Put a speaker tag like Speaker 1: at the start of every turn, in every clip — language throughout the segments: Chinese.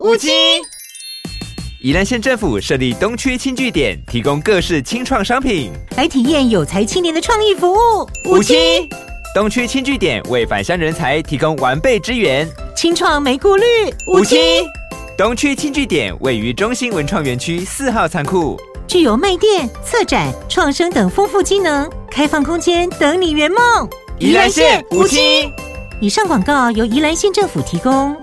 Speaker 1: 乌鸡。
Speaker 2: 宜兰县政府设立东区青据点，提供各式青创商品。
Speaker 1: 来体验有才青年的创意服务。
Speaker 2: 乌鸡东区青据点为返乡人才提供完备支援。
Speaker 1: 青创没顾虑。
Speaker 2: 乌鸡东区青据点位于中心文创园区四号仓库，
Speaker 1: 具有卖店、策展、创生等丰富机能，开放空间等你圆梦。
Speaker 2: 宜兰县乌鸡。
Speaker 1: 以上广告由宜兰县政府提供。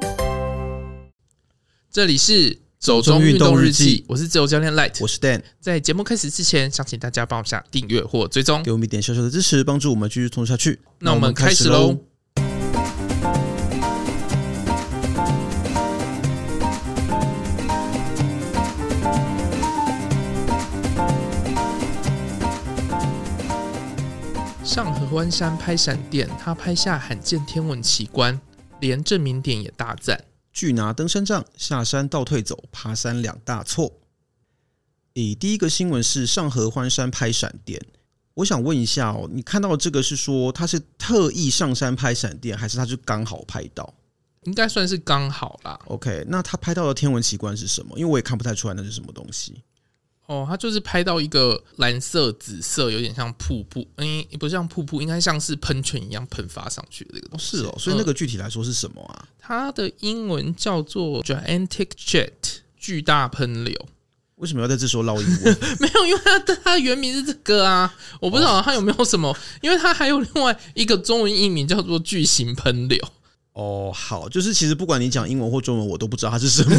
Speaker 3: 这里是走中
Speaker 4: 中
Speaker 3: 运
Speaker 4: 运
Speaker 3: 动
Speaker 4: 动
Speaker 3: 日
Speaker 4: 日记
Speaker 3: 记，我是自由教练 Light。
Speaker 4: 我是 Dan，
Speaker 3: 在节目开始之前，想请大家帮我下订阅或追踪
Speaker 4: 给。我们一点小小的支持，帮助我们继续冲下去。
Speaker 3: 那我们开始喽。上合欢山拍闪电，他拍下罕见天文奇观，连证明点也大赞。
Speaker 4: 据拿登山杖，下山倒退走，爬山两大错。以第一个新闻是上合欢山拍闪电，我想问一下哦，你看到这个是说他是特意上山拍闪电，还是他就刚好拍到
Speaker 3: 应该算是刚好啦。
Speaker 4: ？OK，那他拍到的天文奇观是什么？因为我也看不太出来那是什么东西。
Speaker 3: 哦，它就是拍到一个蓝色、紫色，有点像瀑布，嗯，不像瀑布，应该像是喷泉一样喷发上去的这个东
Speaker 4: 哦，
Speaker 3: 西。
Speaker 4: 是哦，所以那
Speaker 3: 嗯
Speaker 4: 个具体来说是什么啊？
Speaker 3: 它的英文叫做 gigantic jet，巨大喷流。
Speaker 4: 为什么要在这时候捞英文？
Speaker 3: 没有，因为它它的原名是这个啊，我不知
Speaker 4: 哦
Speaker 3: 道它有没有什么，因为它还有另外一个中文译名叫做巨型喷流。
Speaker 4: 哦，好，就是其实不管你讲英文或中文，我都不知道它是什么。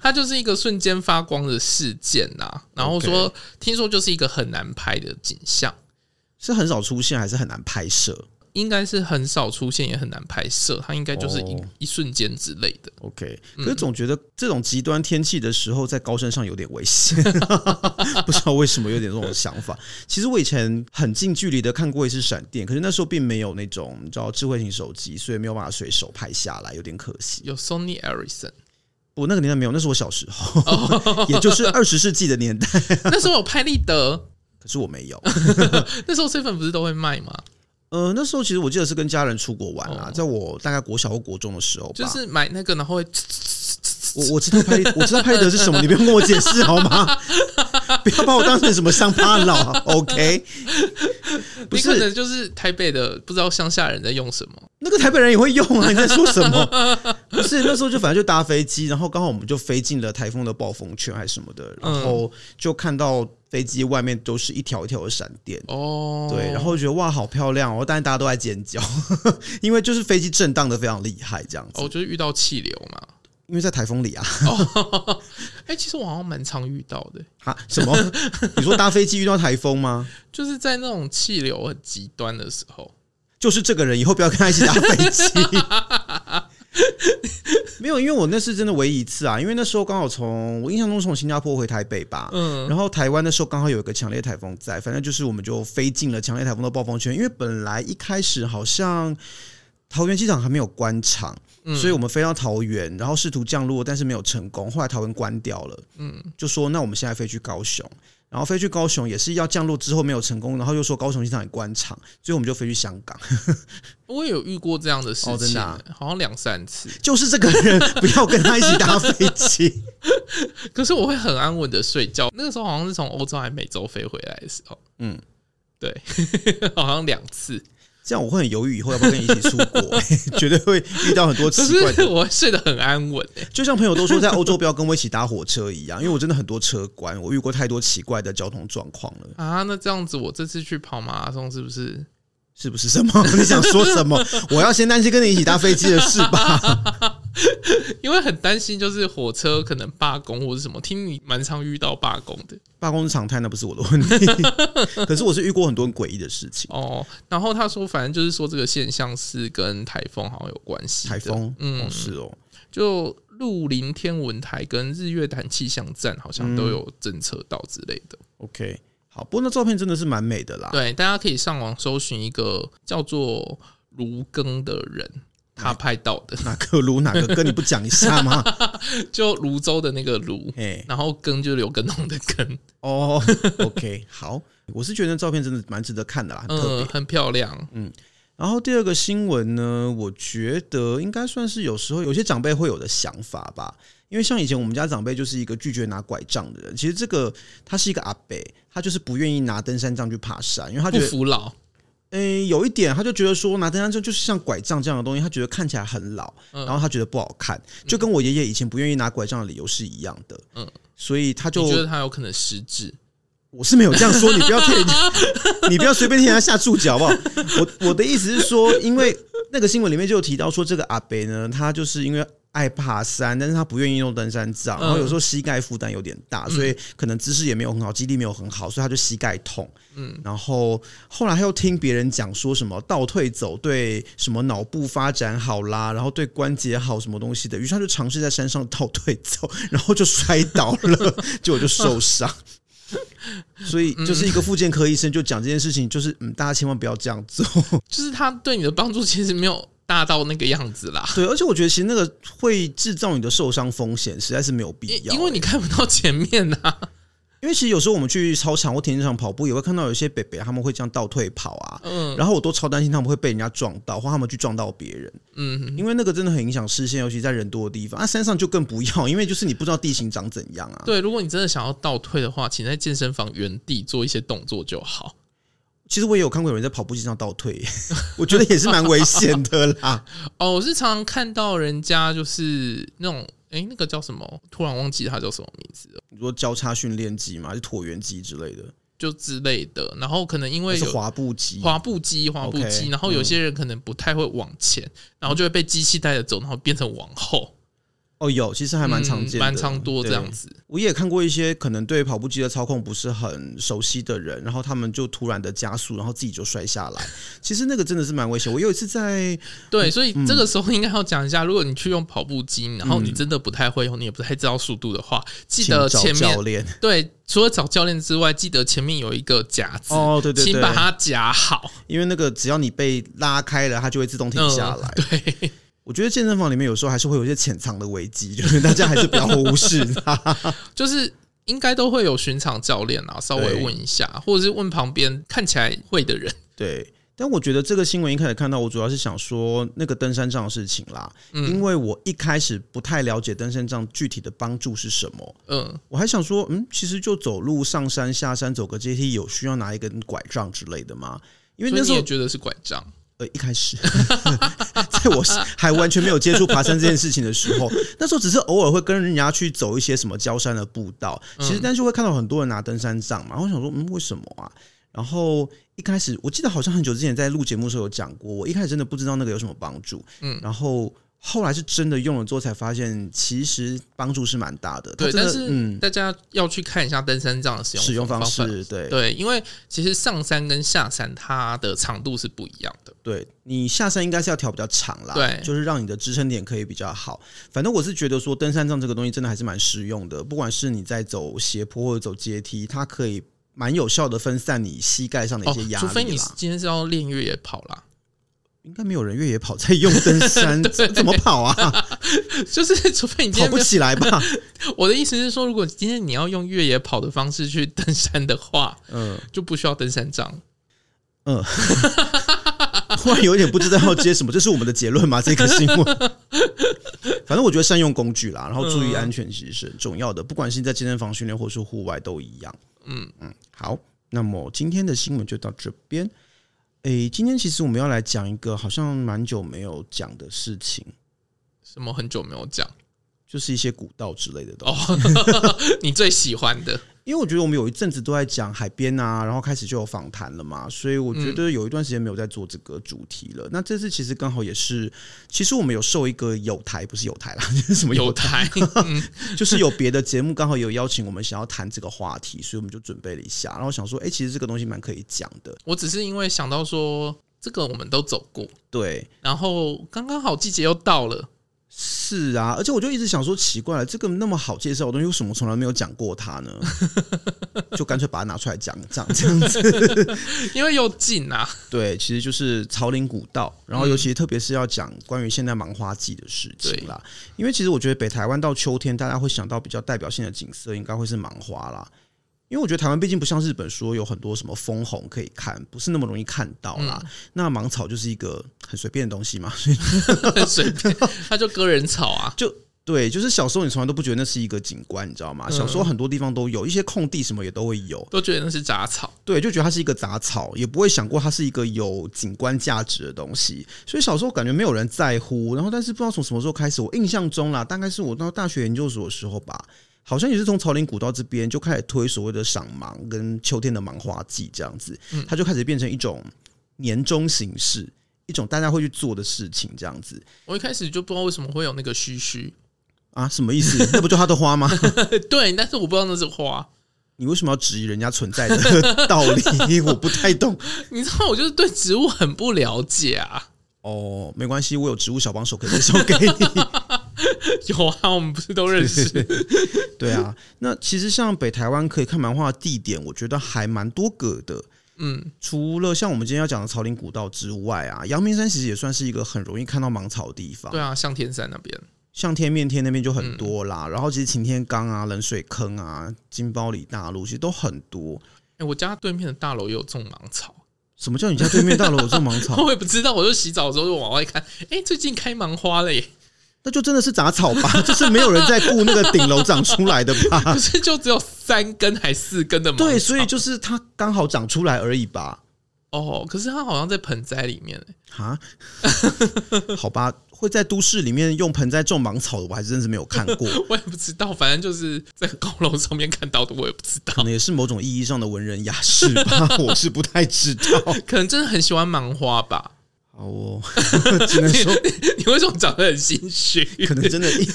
Speaker 3: 它就是一个瞬间发光的事件呐、然后说
Speaker 4: OK
Speaker 3: 听说就是一个很难拍的景象，
Speaker 4: 是很少出现，还是很难拍摄
Speaker 3: 应该是很少出现，也很难拍摄，它应该就是一、
Speaker 4: 哦
Speaker 3: 一瞬间之类的。
Speaker 4: ？OK，
Speaker 3: 嗯
Speaker 4: 可是总觉得这种极端天气的时候，在高山上有点危 险，不知道为什么有点这种想法。其实我以前很近距离的看过一次闪电，可是那时候并没有那种你知道智慧型手机，所以没有办法随手拍下来，有点可惜。
Speaker 3: 有 Sony Ericsson，
Speaker 4: 不，那个年代没有，那是我小时
Speaker 3: 哦
Speaker 4: 候， 也就是二十世纪的 年代。
Speaker 3: 那时候有拍立得，
Speaker 4: 可是我没有。
Speaker 3: 那时候 seven 不是都会卖吗？
Speaker 4: 呃，那时候其实我记得是跟家人出国玩啊，
Speaker 3: 哦
Speaker 4: 在我大概国小或国中的时候吧。
Speaker 3: 就是买那个，然后会
Speaker 4: 我我知道拍立，我知道拍立得是什么，你不用跟我解释好 吗？不要把我当成什么乡巴佬，OK？不
Speaker 3: 你可
Speaker 4: 是
Speaker 3: 能就是台北的，不知道乡下人在用什么。
Speaker 4: 那个台北人也会用啊，你在说什么？不是那时候就反正就搭飞机，然后刚好我们就飞进了台风的暴风圈还是什么的，然
Speaker 3: 嗯
Speaker 4: 后就看到飞机外面都是一条一条的闪电。
Speaker 3: 哦，
Speaker 4: 对，然后觉得哇，好漂亮哦！但是大家都在尖叫， 因为就是飞机震荡的非常厉害，这样子。
Speaker 3: 哦，就是遇到气流 嘛。
Speaker 4: 因为在台风里啊，
Speaker 3: 哦， 哎、其实我好像蛮常遇到的，
Speaker 4: 哈，什么？你说搭飞机遇到台风吗？
Speaker 3: 就是在那种气流很极端的时候。
Speaker 4: 就是这个人，以后不要跟他一起搭飞机。 没有，因为我那是真的唯一一次啊，因为那时候刚好从我印象中是从新加坡回台北吧，
Speaker 3: 嗯，
Speaker 4: 然后台湾那时候刚好有一个强烈台风在，反正就是我们就飞进了强烈台风的暴风圈，因为本来一开始好像。桃园机场还没有关场，
Speaker 3: 嗯
Speaker 4: 所以我们飞到桃园，然后试图降落，但是没有成功。后来桃园关掉了，
Speaker 3: 嗯，
Speaker 4: 就说那我们现在飞去高雄，然后飞去高雄也是要降落之后没有成功，然后又说高雄机场也关场，最后我们就飞去香港。
Speaker 3: 我也有遇过这样的事
Speaker 4: 哦真
Speaker 3: 情，
Speaker 4: 的啊
Speaker 3: 好像两三次。
Speaker 4: 就是这个人，不要跟他一起搭飞机。
Speaker 3: 可是我会很安稳的睡觉。那个时候好像是从欧洲还美洲飞回来的时候，
Speaker 4: 嗯，
Speaker 3: 对， 好像两次。
Speaker 4: 这样我会很犹豫，以后要不要跟你一起出 国、绝对会遇到很多
Speaker 3: 可
Speaker 4: 奇怪
Speaker 3: 是
Speaker 4: 的。
Speaker 3: 我会睡得很安稳、欸，
Speaker 4: 就像朋友都说，在欧洲不要跟我一起搭火车一样，因为我真的很多车关，我遇过太多奇怪的交通状况了，
Speaker 3: 啊，那这样子，我这次去跑马拉松是不是？
Speaker 4: 是不是？什么？ 你想说 什么？我要先担心跟你一起搭飞机的事吧？
Speaker 3: 因为很担心，就是火车可能罢工或者什么，听你蛮常遇到罢工的
Speaker 4: 罢工是常态，那不是我的问题。 可是我是遇过很多很诡异的事情，
Speaker 3: 哦。然后他说，反正就是说这个现象是跟台风好像有关系的。
Speaker 4: 台风，
Speaker 3: 嗯
Speaker 4: 嗯，是哦，
Speaker 3: 就绿林天文台跟日月潭气象站好像都有侦测到之类
Speaker 4: 嗯
Speaker 3: 的。
Speaker 4: ，OK，好。不过那照片真的是蛮美的啦，
Speaker 3: 对，大家可以上网搜寻一个叫做卢庚的人，他拍到的，
Speaker 4: 哪个炉哪个跟你不讲一下吗？
Speaker 3: 就泸州的那个泸，
Speaker 4: 哎，
Speaker 3: 然后庚就是刘耕农的庚，
Speaker 4: 哦、o
Speaker 3: 嗯
Speaker 4: k 好，我是觉得那照片真的蛮值得看的啦，很特别。
Speaker 3: 嗯，很漂亮。
Speaker 4: 然后第二个新闻呢，我觉得应该算是有时候有些长辈会有的想法吧，因为像以前我们家长辈就是一个拒绝拿拐杖的人，其实这个他是一个阿伯，他就是不愿意拿登山杖去爬山，因为他觉
Speaker 3: 不
Speaker 4: 得
Speaker 3: 服老，
Speaker 4: 诶，有一点，他就觉得说拿登山杖就是像拐杖这样的东西，他觉得看起来很老，
Speaker 3: 嗯
Speaker 4: 然后他觉得不好看，就跟我爷爷以前不愿意拿拐杖的理由是一样的。
Speaker 3: 嗯
Speaker 4: 嗯，所以他
Speaker 3: 你觉得
Speaker 4: 就
Speaker 3: 他有可能失智？
Speaker 4: 我是没有这样说，你不要贴， 你不要随便贴人家下注脚，好不好？我我的意思是说，因为那个新闻里面就有提到说，这个阿北呢，他就是因为。爱爬山，但是他不愿意用登山杖，然后有时候膝盖负担有点大，所以可能姿势也没有很好，肌力没有很好，所以他就膝盖痛。然后后来他又听别人讲说什么倒退走对什么脑部发展好啦，然后对关节好什么东西的，于是他就尝试在山上倒退走，然后就摔倒了， 结果就受伤。所以
Speaker 3: 嗯
Speaker 4: 就是一个复健科医生就讲这件事情，就是嗯，大家千万不要这样 做。
Speaker 3: 就是他对你的帮助其实没有大到那个样子啦，
Speaker 4: 对，而且我觉得其实那个会制造你的受伤风险，实在是没有必
Speaker 3: 因
Speaker 4: 要。欸
Speaker 3: 因为你看不到前面啊 呐、
Speaker 4: 因为其实有时候我们去操场或田径场跑步，也会看到有些北北他们会这样倒退跑啊，
Speaker 3: 嗯
Speaker 4: 然后我都超担心他们会被人家撞到，或他们去撞到别人。
Speaker 3: 嗯，
Speaker 4: 因为那个真的很影响视线，尤其在人多的地方。那、山上就更不要，因为就是你不知道地形长怎样啊。，
Speaker 3: 对，如果你真的想要倒退的话，请在健身房原地做一些动作就好。
Speaker 4: 其实我也有看过有人在跑步机上倒退， 我觉得也是蛮危险的 啦。
Speaker 3: 哦，我是常常看到人家就是那种，诶，那个叫什么？突然忘记他叫什么名字了，
Speaker 4: 你说交叉训练机嘛，还是椭圆机之类的，
Speaker 3: 就之类的。然后可能因
Speaker 4: 还
Speaker 3: 为
Speaker 4: 是
Speaker 3: 有
Speaker 4: 滑步机？
Speaker 3: 滑步机，滑步
Speaker 4: OK，嗯
Speaker 3: 机，然后有些人可能不太会往前，然后就会被机器带着走，然后变成往后，
Speaker 4: 哦，有，其实还蛮常见的，
Speaker 3: 嗯蛮常多这样
Speaker 4: 对。
Speaker 3: 子。
Speaker 4: 我也看过一些可能对跑步机的操控不是很熟悉的人，然后他们就突然的加速，然后自己就摔下来。 其实那个真的是蛮危险。我有一次在
Speaker 3: 对，所以
Speaker 4: 嗯
Speaker 3: 这个时候应该要讲一下，如果你去用跑步机，然后你真的不太会用，你也不太知道速度的话，记
Speaker 4: 请
Speaker 3: 得
Speaker 4: 找
Speaker 3: 前面
Speaker 4: 教 练
Speaker 3: 对，除了找教练之外，记得前面有一个夹子，
Speaker 4: 哦，对对对，
Speaker 3: 请把它夹好。
Speaker 4: 因为那个只要你被拉开了，它就会自动停下来。
Speaker 3: 嗯对，
Speaker 4: 我觉得健身房里面有时候还是会有一些潜藏的危机，就是大家还是不要忽 视它。
Speaker 3: 就是应该都会有巡场教练啊，稍微
Speaker 4: 对
Speaker 3: 问一下，或者是问旁边看起来会的人。
Speaker 4: 对。但我觉得这个新闻一开始看到，我主要是想说那个登山杖的事情啦，
Speaker 3: 嗯
Speaker 4: 因为我一开始不太了解登山杖具体的帮助是什么，
Speaker 3: 嗯，
Speaker 4: 我还想说，嗯，其实就走路上山下山走个阶梯，有需要拿一根拐杖之类的吗？因为
Speaker 3: 所以
Speaker 4: 那时
Speaker 3: 你
Speaker 4: 候
Speaker 3: 也觉得是拐杖，
Speaker 4: 呃，一开始， 在我还完全没有接触爬山这件事情的时候，那时候只是偶尔会跟人家去走一些什么焦山的步道，其
Speaker 3: 嗯
Speaker 4: 实但是会看到很多人拿登山杖嘛，我想说，嗯，为什么啊？然后一开始我记得好像很久之前在录节目的时候有讲过，我一开始真的不知道那个有什么帮助，
Speaker 3: 嗯
Speaker 4: 嗯，然后后来是真的用了之后才发现，其实帮助是蛮大的。它
Speaker 3: 对，
Speaker 4: 真
Speaker 3: 但
Speaker 4: 的
Speaker 3: 是
Speaker 4: 嗯，
Speaker 3: 大家要去看一下登山杖的使用
Speaker 4: 使用方
Speaker 3: 法。
Speaker 4: 式对
Speaker 3: 对，因为其实上山跟下山它的长度是不一样的。
Speaker 4: 对你下山应该是要调比较长啦，
Speaker 3: 对
Speaker 4: 就是让你的支撑点可以比较好。反正我是觉得说，登山杖这个东西真的还是蛮实用的，不管是你在走斜坡或者走阶梯，它可以蛮有效的分散你膝盖上的一
Speaker 3: 哦
Speaker 4: 些，压
Speaker 3: 除非
Speaker 4: 力
Speaker 3: 你
Speaker 4: 啦。
Speaker 3: 今天是要练越野跑啦，
Speaker 4: 应该没有人越野跑在用登山，怎怎么跑啊？
Speaker 3: 就是除 非你今
Speaker 4: 跑
Speaker 3: 天
Speaker 4: 不
Speaker 3: 没有
Speaker 4: 起 来吧？
Speaker 3: 我的意思是说，如果今天你要用越野跑的方式去登山的话，
Speaker 4: 嗯
Speaker 3: 就不需要登山杖。
Speaker 4: 嗯。突然有点不知道要接什么，这是我们的结论吗？这个新闻，反正我觉得善用工具啦，然后注意安全其实是很重要的，不管是你在健身房训练或是户外都一样。
Speaker 3: 嗯
Speaker 4: 好，那么今天的新闻就到这边。诶，今天其实我们要来讲一个好像蛮久没有讲的事情，
Speaker 3: 什么很久没有讲
Speaker 4: 就是一些古道之类的东西。
Speaker 3: 哦， 你最喜欢 的
Speaker 4: 因为我觉得我们有一阵子都在讲海边啊，然后开始就有访谈了嘛，所以我觉得有一段时间没有在做这个主题了。那这次其实刚好也是，其实我们有受一个友台，不是友台啦， 就是什么友
Speaker 3: 有
Speaker 4: 台，
Speaker 3: 台，嗯
Speaker 4: 就是有别的节目刚好有邀请我们想要谈这个话题，所以我们就准备了一下，然后想说，诶，其实这个东西蛮可以讲的，
Speaker 3: 我只是因为想到说这个我们都走过，
Speaker 4: 对。
Speaker 3: 然后刚刚好季节又到了，
Speaker 4: 是啊，而且我就一直想说，奇怪了，这个那么好介绍的东西，为什么从来没有讲过它呢？ 就干脆把它拿出来讲讲这样子。
Speaker 3: 因为又近啊，
Speaker 4: 对，其实就是草岭古道，然后尤其特别是要讲关于现在芒花季的事情啦。因为其实我觉得北台湾到秋天，大家会想到比较代表性的景色，应该会是芒花啦。因因为我觉得台湾毕竟不像日本说有很多什么枫红可以看，不是那么容易看到啦。那芒草就是一个很随便的东西嘛， 所以
Speaker 3: 很随便，它就割人草啊。
Speaker 4: 就对，就是小时候你从来都不觉得那是一个景观，你知道吗？小时候很多地方都有一些空地，什么也都会有，
Speaker 3: 都觉得那是杂草，
Speaker 4: 对，就觉得它是一个杂草，也不会想过它是一个有景观价值的东西。所以小时候感觉没有人在乎，然后但是不知道从什么时候开始，我印象中啦，大概是我到大学研究所的时候吧。好像也是从草林古道这边就开始推所谓的赏芒跟秋天的芒花季这样子，它就开始变成一种年终形式，一种大家会去做的事情这样子
Speaker 3: 我一开始就不知道为什么会有那个须须，
Speaker 4: 啊？什么意思？那不就它的花吗？
Speaker 3: 对，但是我不知道那是花。
Speaker 4: 你为什么要质疑人家存在的 道理？我不太懂。
Speaker 3: 你知道，我就是对植物很不了解啊。
Speaker 4: 哦，没关系，我有植物小帮手可以介绍给你。
Speaker 3: 有啊，我们不是都认 识？
Speaker 4: 对啊， 那其实像北台湾可以看漫画的地点，我觉得还蛮多个的。
Speaker 3: 嗯，
Speaker 4: 除了像我们今天要讲的草林古道之外啊，阳明山其实也算是一个很容易看到芒草的地方
Speaker 3: 对。啊，向天山那边，
Speaker 4: 像天面天那边就很多啦，然后其实擎天岗啊、冷水坑啊、金包里大路其实都很多。
Speaker 3: 哎、我家对面的大楼也有种芒草。
Speaker 4: 什么叫你家对面大楼有种芒 草？
Speaker 3: 我也不知道，我就洗澡的时候就往外看，哎、最近开芒花了 耶！
Speaker 4: 那就真的是杂草吧， 就是没有人在顾那个顶楼长出来的吧？
Speaker 3: 不是就只有三根还四根的芒草？
Speaker 4: 啊对， 所以就是它刚好长出来而已吧？
Speaker 3: 哦，可是它好像在盆栽里面耶，
Speaker 4: 啊， 好吧，会在都市里面用盆栽种芒草的，我还真是没有看过，
Speaker 3: 我也不知道，反正就是在高楼上面看到的，我也不知道
Speaker 4: 可，能也是某种意义上的文人雅士吧，我是不太知道。
Speaker 3: 可能真的很喜欢芒花吧。
Speaker 4: 好哦， 只能说
Speaker 3: 你为什么长得很心虚？
Speaker 4: 可能真的一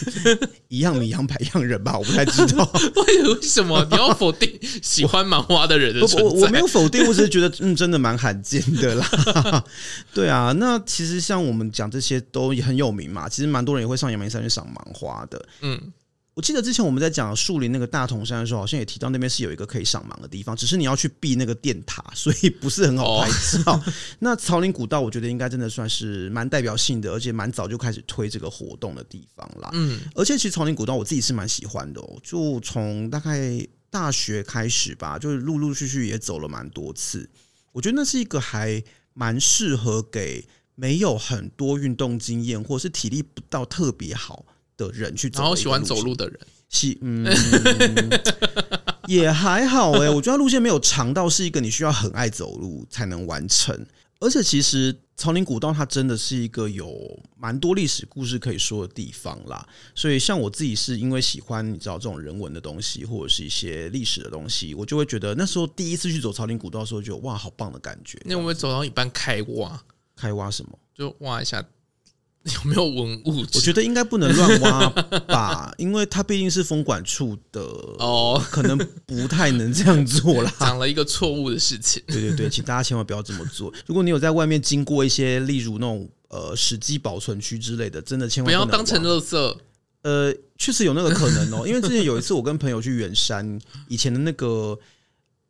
Speaker 4: 一样米养百样人吧，我不太知道。
Speaker 3: 为为什么你要否定喜欢芒花的人的
Speaker 4: 不不，我
Speaker 3: 存
Speaker 4: 我没
Speaker 3: 在
Speaker 4: 有？否定，我只是觉得嗯，真的蛮罕见的啦。 对啊，那其实像我们讲这些都也很有名嘛，其实蛮多人也会上阳明山去赏芒花的。
Speaker 3: 嗯，
Speaker 4: 我记得之前我们在讲树林那个大同山的时候，好像也提到那边是有一个可以赏芒的地方，只是你要去避那个电塔，所以不是很好拍照。
Speaker 3: 哦
Speaker 4: 那草林古道，我觉得应该真的算是蛮代表性的，而且蛮早就开始推这个活动的地方啦。
Speaker 3: 嗯，
Speaker 4: 而且其实草林古道我自己是蛮喜欢的哦，就从大概大学开始吧，就是陆陆续续也走了蛮多次。我觉得那是一个还蛮适合给没有很多运动经验或是体力不到特别好的人去走。
Speaker 3: 然后喜欢走路，的人，
Speaker 4: 是嗯， 也还好哎、我觉得它路线没有长到是一个你需要很爱走路才能完成。而且其实草林古道它真的是一个有蛮多历史故事可以说的地方啦，所以像我自己是因为喜欢你知道这种人文的东西或者是一些历史的东西，我就会觉得那时候第一次去走草林古道的时候就哇好棒的感觉。
Speaker 3: 那我们走到一半开挖，
Speaker 4: 开挖什么？
Speaker 3: 就挖一下 有没有文物之？
Speaker 4: 我觉得应该不能乱挖吧，因为它毕竟是风管处 的，
Speaker 3: 哦，
Speaker 4: 可能不太能这样做啦。
Speaker 3: 讲了一个错误的事情。
Speaker 4: 对对对，请大家千万不要这么做。如果你有在外面经过一些，例如那种呃史迹保存区之类的，真的千万
Speaker 3: 不要
Speaker 4: 能
Speaker 3: 当成
Speaker 4: 玩
Speaker 3: 垃圾，
Speaker 4: 呃，确实有那个可能哦。因 为之前有一次我跟朋友去远山，以前的那个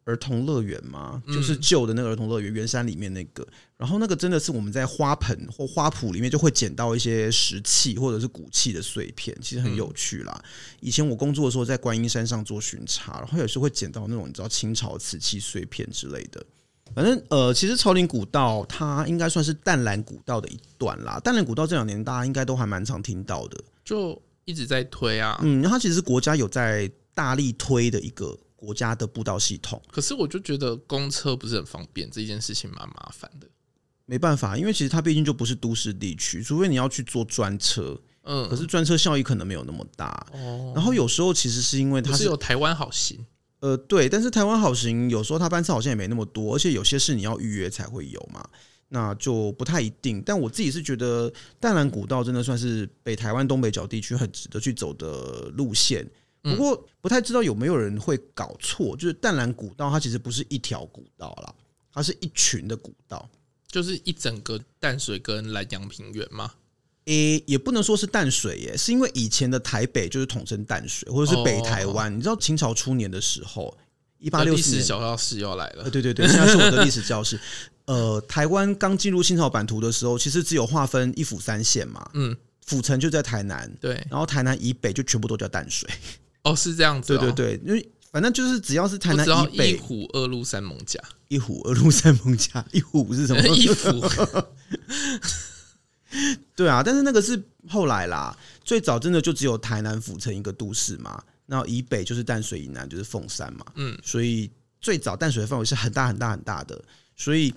Speaker 4: 儿童乐园嘛，就是旧的那个儿童乐园，圆山里面那个，然后那个真的是我们在花盆或花圃里面就会捡到一些石器或者是骨器的碎片，其实很有趣啦。以前我工作的时候在观音山上做巡查，然后有时候会捡到那种你知道清朝瓷器碎片之类的。反正呃，其实朝林古道它应该算是淡蓝古道的一段啦。淡蓝古道这两年大家应该都还蛮常听到的，
Speaker 3: 就一直在推啊。
Speaker 4: 嗯，它其实是国家有在大力推的一个国家的步道系统。
Speaker 3: 可是我就觉得公车不是很方便，这件事情蛮麻烦的。
Speaker 4: 没办法，因为其实它毕竟就不是都市地区，除非你要去坐专车，可
Speaker 3: 嗯，
Speaker 4: 是专车效益可能没有那么大。
Speaker 3: 哦，
Speaker 4: 然后有时候其实是因为它
Speaker 3: 不是
Speaker 4: 是
Speaker 3: 有台湾好行
Speaker 4: 呃对，但是台湾好行有时候它班次好像也没那么多，而且有些是你要预约才会有嘛，那就不太一定。但我自己是觉得淡蓝古道真的算是北台湾东北角地区很值得去走的路线。
Speaker 3: 嗯
Speaker 4: 不过不太知道有没有人会搞错，就是淡蓝古道它其实不是一条古道啦，它是一群的古道。
Speaker 3: 就是一整个淡水跟南洋平原嘛。
Speaker 4: 诶、也不能说是淡水耶，是因为以前的台北就是统称淡水，或者是
Speaker 3: 哦
Speaker 4: 北台湾。你知道清朝初年的时候，一八六
Speaker 3: 历
Speaker 4: 四
Speaker 3: 史
Speaker 4: 年，
Speaker 3: 小教室要来
Speaker 4: 呃，
Speaker 3: 了，
Speaker 4: 对对对，现在是我的历史教室。呃，台湾刚进入清朝版图的时候，其实只有划分一府三县嘛，
Speaker 3: 嗯，哎
Speaker 4: 府城就在台南，
Speaker 3: 对，
Speaker 4: 然后台南以北就全部都叫淡水。
Speaker 3: 哦，是这样子、
Speaker 4: 对
Speaker 3: 哦，
Speaker 4: 对对，因为反正就是只要是台
Speaker 3: 我
Speaker 4: 南
Speaker 3: 只要
Speaker 4: 以
Speaker 3: 一
Speaker 4: 北，
Speaker 3: 虎二鹿三艋甲，
Speaker 4: 一呃虎二路三艋甲，一虎是 什么？
Speaker 3: 一虎
Speaker 4: 对啊，但是那个是后来啦，最早真的就只有台南府城一个都市嘛，那以北就是淡水，以南就是凤山嘛，
Speaker 3: 嗯
Speaker 4: 嗯，所以最早淡水的范围是很大很大很大的，所以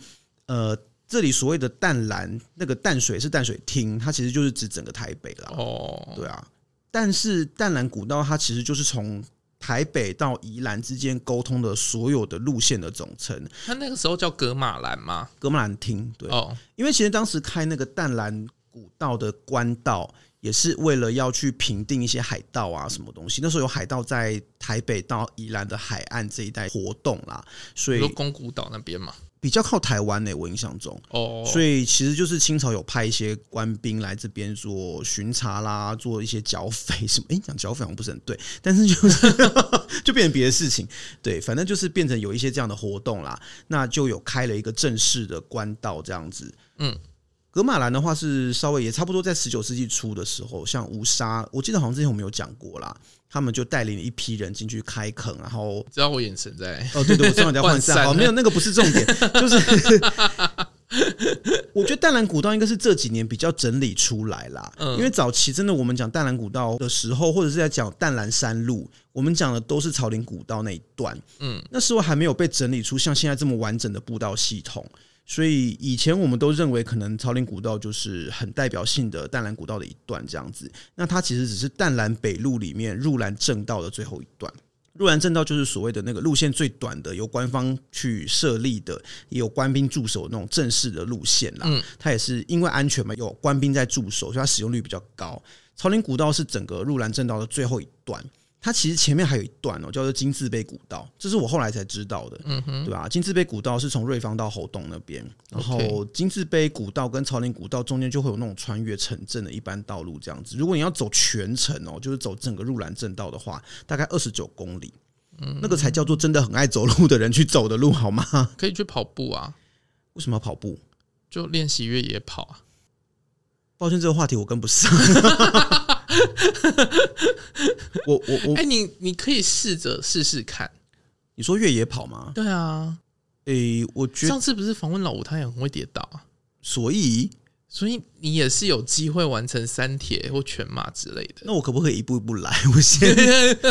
Speaker 4: 呃，这里所谓的淡蓝，那个淡水是淡水厅，它其实就是指整个台北啦，
Speaker 3: 哦，
Speaker 4: 对啊，但是淡蓝古道它其实就是从。台北到宜兰之间沟通的所有的路线的总称，
Speaker 3: 他那个时候叫格马兰吗？
Speaker 4: 格马兰厅对，
Speaker 3: 哦，
Speaker 4: 因为其实当时开那个淡蓝古道的官道，也是为了要去平定一些海盗啊什么东西。那时候有海盗在台北到宜兰的海岸这一带活动啦，所
Speaker 3: 比如
Speaker 4: 以
Speaker 3: 宫古岛那边嘛。
Speaker 4: 比较靠台湾呢、欸我印象中。
Speaker 3: 哦，
Speaker 4: 所
Speaker 3: 以
Speaker 4: 以其实就是清朝有派一些官兵来这边做巡查啦，做一些剿匪什么。诶，讲剿匪好像不是很对，但是就是 就变成别的事情。对，反正就是变成有一些这样的活动啦，那就有开了一个正式的官道这样子。
Speaker 3: 嗯，
Speaker 4: 格马兰的话是稍微也差不多在十九世纪初的时候，像吴沙，我记得好像之前我们有讲过啦，他们就带领一批人进去开垦，然后
Speaker 3: 知道我眼神在
Speaker 4: 哦，对对，我知道你在换
Speaker 3: 涣散
Speaker 4: 散，哦，没有那个不是重点， 就是我觉得淡蓝古道应该是这几年比较整理出来啦，
Speaker 3: 嗯
Speaker 4: 因为早期真的我们讲淡蓝古道的时候，或者是在讲淡蓝山路，我们讲的都是草林古道那一段，
Speaker 3: 嗯
Speaker 4: 嗯，那时候还没有被整理出像现在这么完整的步道系统。所以以前我们都认为，可能草林古道就是很代表性的淡蓝古道的一段这样子。那它其实只是淡蓝北路里面入兰正道的最后一段。入兰正道就是所谓的那个路线最短的，由官方去设立的，也有官兵驻守那种正式的路线啦。
Speaker 3: 嗯
Speaker 4: 它也是因为安全嘛，有官兵在驻守，所以它使用率比较高。朝林古道是整个入兰正道的最后一段，它其实前面还有一段哦，叫做金字碑古道，这是我后来才知道的。
Speaker 3: 嗯哼，
Speaker 4: 对吧、金字碑古道是从瑞芳到侯洞那边，然
Speaker 3: OK
Speaker 4: 后金字碑古道跟朝林古道中间就会有那种穿越城镇的一般道路这样子。如果你要走全程哦，就是走整个入兰正道的话，大概二十九公里。
Speaker 3: 嗯
Speaker 4: 那个才叫做真的很爱走路的人去走的路好吗？
Speaker 3: 可以去跑步啊，
Speaker 4: 为什么要跑步？
Speaker 3: 就练习越野跑啊。
Speaker 4: 抱歉，这个话题我跟 不上。我我我
Speaker 3: 哎、，你你可以试着试试看。
Speaker 4: 你说越野跑吗？
Speaker 3: 对啊，
Speaker 4: 诶、我觉得
Speaker 3: 上次不是访问老吴，他也很会跌倒啊，
Speaker 4: 所以，
Speaker 3: 所以你也是有机会完成三铁或全马之类的。
Speaker 4: 那我可不可以一步一步来？我先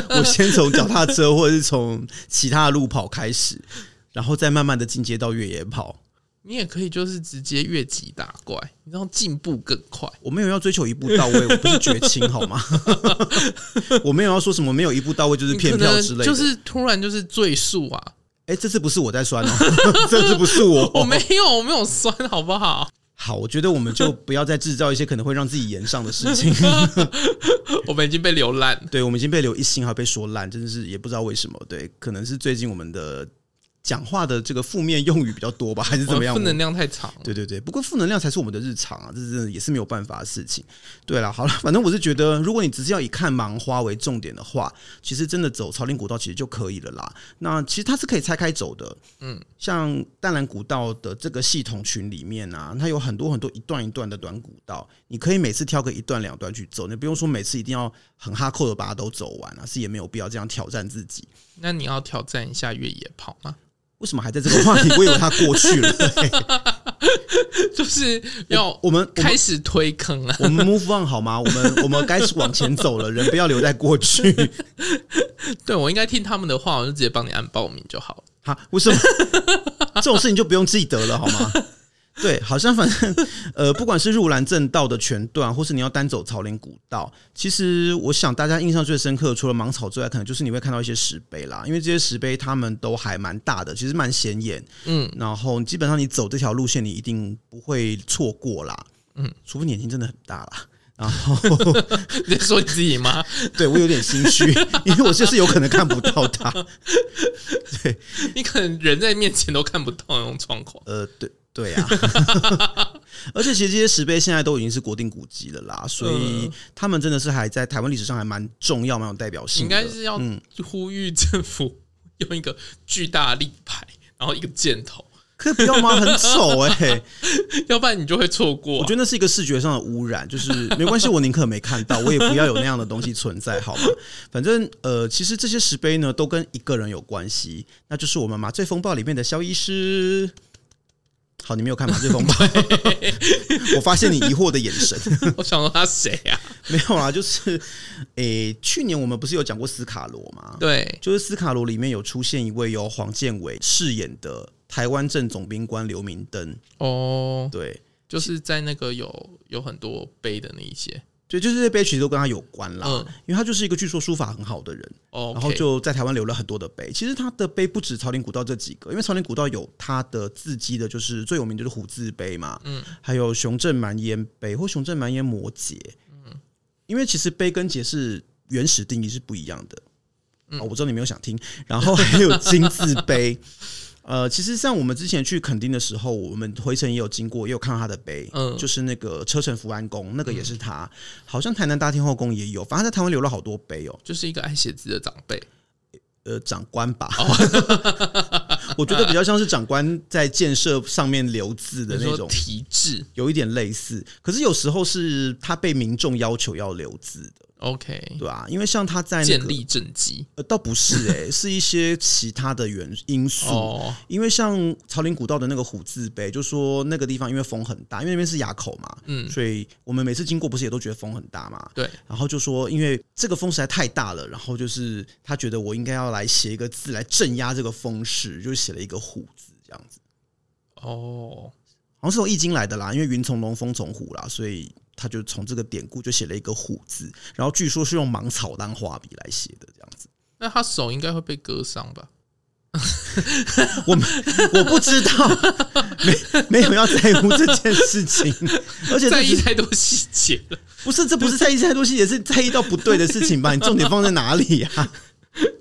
Speaker 4: 我先从脚踏车或者是从其他的路跑开始，然后再慢慢的进阶到越野跑。
Speaker 3: 你也可以就是直接越级打怪，你知道进步更快。
Speaker 4: 我没有要追求一步到位，我不是绝 情好吗？我没有要说什么没有一步到位就是
Speaker 3: 你可
Speaker 4: 骗票之
Speaker 3: 能
Speaker 4: 类的。
Speaker 3: 就是突然就是赘述 啊，
Speaker 4: 哎、这次不是我在酸哦， 这次不是我，
Speaker 3: 我没有我没有酸，好不好？
Speaker 4: 好，我觉得我们就不要再制造一些可能会让自己延上的事情。
Speaker 3: 我们已经被流烂。
Speaker 4: 对，我们已经被留一星，还被说烂，真的是也不知道为什么。对，可能是最近我们的讲话的这个负面用语比较多吧，还是怎
Speaker 3: 我
Speaker 4: 么
Speaker 3: 们
Speaker 4: 样？
Speaker 3: 负能量太长，
Speaker 4: 对对对，不过负能量才是我们的日常啊，这真的也是没有办法的事情。对了，好了，反正我是觉得，如果你只是要以看芒花为重点的话，其实真的走朝林古道其实就可以了啦。那其实它是可以拆开走的，
Speaker 3: 嗯
Speaker 4: 嗯，像淡蓝古道的这个系统群里面啊，它有很多很多一段一段的短古道，你可以每次挑个一段两段去走，你不用说每次一定要很哈扣的把它都走完啊，是也没有必要这样挑战自己。
Speaker 3: 那你要挑战一下越野跑吗？
Speaker 4: 为什么还在这个话题？我以为它过去了。
Speaker 3: 就是要
Speaker 4: 我们我们
Speaker 3: 开始推坑啊了。
Speaker 4: 我们 move on 好吗？我们我们该往前走了，人不要留在过去。
Speaker 3: 对我应该听他们的话，我就直接帮你按报名就好了。
Speaker 4: 哈，为什么这种事情就不用记得了好吗？对，好像反正呃，不管是入兰正道的全段，或是你要单走草林古道，其实我想大家印象最深刻，除了芒草之外，可能就是你会看到一些石碑啦，因为这些石碑它们都还蛮大的，其实蛮显眼。
Speaker 3: 嗯，
Speaker 4: 然后基本上你走这条路线，你一定不会错过啦。
Speaker 3: 嗯
Speaker 4: 嗯，除非你眼睛真的很大啦。
Speaker 3: 你在说你自己 吗？
Speaker 4: 对我有点心虚， 因为我就是有可能看不到它。
Speaker 3: 你可能人在面前都看不到那种状况。
Speaker 4: 呃，对对啊， 而且其实这些石碑现在都已经是国定古迹了啦，所以
Speaker 3: 嗯
Speaker 4: 他们真的是还在台湾历史上还蛮重要、蛮有代表
Speaker 3: 你
Speaker 4: 性
Speaker 3: 应
Speaker 4: 的。嗯
Speaker 3: 该是要 呼吁政府用一个巨大的立牌，然后一个箭头，
Speaker 4: 可不要吗？很丑哎、
Speaker 3: 要不然你就会错过
Speaker 4: 我
Speaker 3: 啊、
Speaker 4: 觉得那是一个视觉上的污染，就是没关系，我宁可没看到，我也不要有那样的东西存在，好吗？反正呃，其实这些石碑呢，都跟一个人有关系，那就是我们《麻醉风暴》里面的肖医师。好，你没有看《麻醉风暴》，我发现你疑惑的眼神。
Speaker 3: 我想说他谁啊？
Speaker 4: 没有啦，就是诶、去年我们不是有讲过斯卡罗吗？
Speaker 3: 对，
Speaker 4: 就是斯卡罗里面有出现一位由黄建伟饰演的台湾正总兵官刘明灯，
Speaker 3: 哦，
Speaker 4: 对。
Speaker 3: 就是在那个有有很多碑的那一些，
Speaker 4: 对，就是这些碑其实都跟他有关啦，
Speaker 3: 嗯
Speaker 4: 因为他就是一个据说书法很好的人，
Speaker 3: 哦，
Speaker 4: 然后就在台湾留了很多的碑。其实他的碑不止朝林古道这几个，因为朝林古道有他的字迹的，就是最有名的就是虎字碑嘛，嗯，还有熊正蛮烟碑或熊正蛮烟摩羯，嗯，因为其实碑跟节是原始定义是不一样的。哦，我知道你没有想听，然后还有金字 碑。呃，其实像我们之前去垦丁的时候，我们回程也有经过，也有看到他的碑，
Speaker 3: 嗯
Speaker 4: 就是那个车城福安宫，那个也是他，好像台南大天后宫也有，反正他在台湾留了好多碑哦。
Speaker 3: 就是一个爱写字的长辈，
Speaker 4: 呃长官吧。
Speaker 3: 哦
Speaker 4: 我觉得比较像是长官在建设上面留字的
Speaker 3: 你
Speaker 4: 那
Speaker 3: 说
Speaker 4: 种，
Speaker 3: 题字
Speaker 4: 有一点类似。可是有时候是他被民众要求要留字的，
Speaker 3: ，OK，
Speaker 4: 对吧、因为像他在、那
Speaker 3: 嗯
Speaker 4: 个
Speaker 3: 建立政绩
Speaker 4: 呃，倒不是 诶、是一些其他的原因素。
Speaker 3: 哦，
Speaker 4: 因为像朝林古道的那个虎字碑，就说那个地方因为风很大，因为那边是垭口嘛，
Speaker 3: 嗯
Speaker 4: 所以我们每次经过不是也都觉得风很大嘛，
Speaker 3: 对，
Speaker 4: 然后就说，因为这个风实在太大了，然后就是他觉得我应该要来写一个字来镇压这个风势，就写了一个虎字这样子，
Speaker 3: 哦，
Speaker 4: 好像是从易经来的啦，因为云从龙，风从虎啦，所以他就从这个典故就写了一个虎字，然后据说是用芒草当画笔来写的这样子，
Speaker 3: 那他手应该会被割伤吧？
Speaker 4: 我们我不知道，没没有要在乎这件事 情，而且这
Speaker 3: 在
Speaker 4: 只
Speaker 3: 意太多细节了，
Speaker 4: 不是这不是在意太多细节，是在意到不对的事情吧？你重点放在哪里啊呀、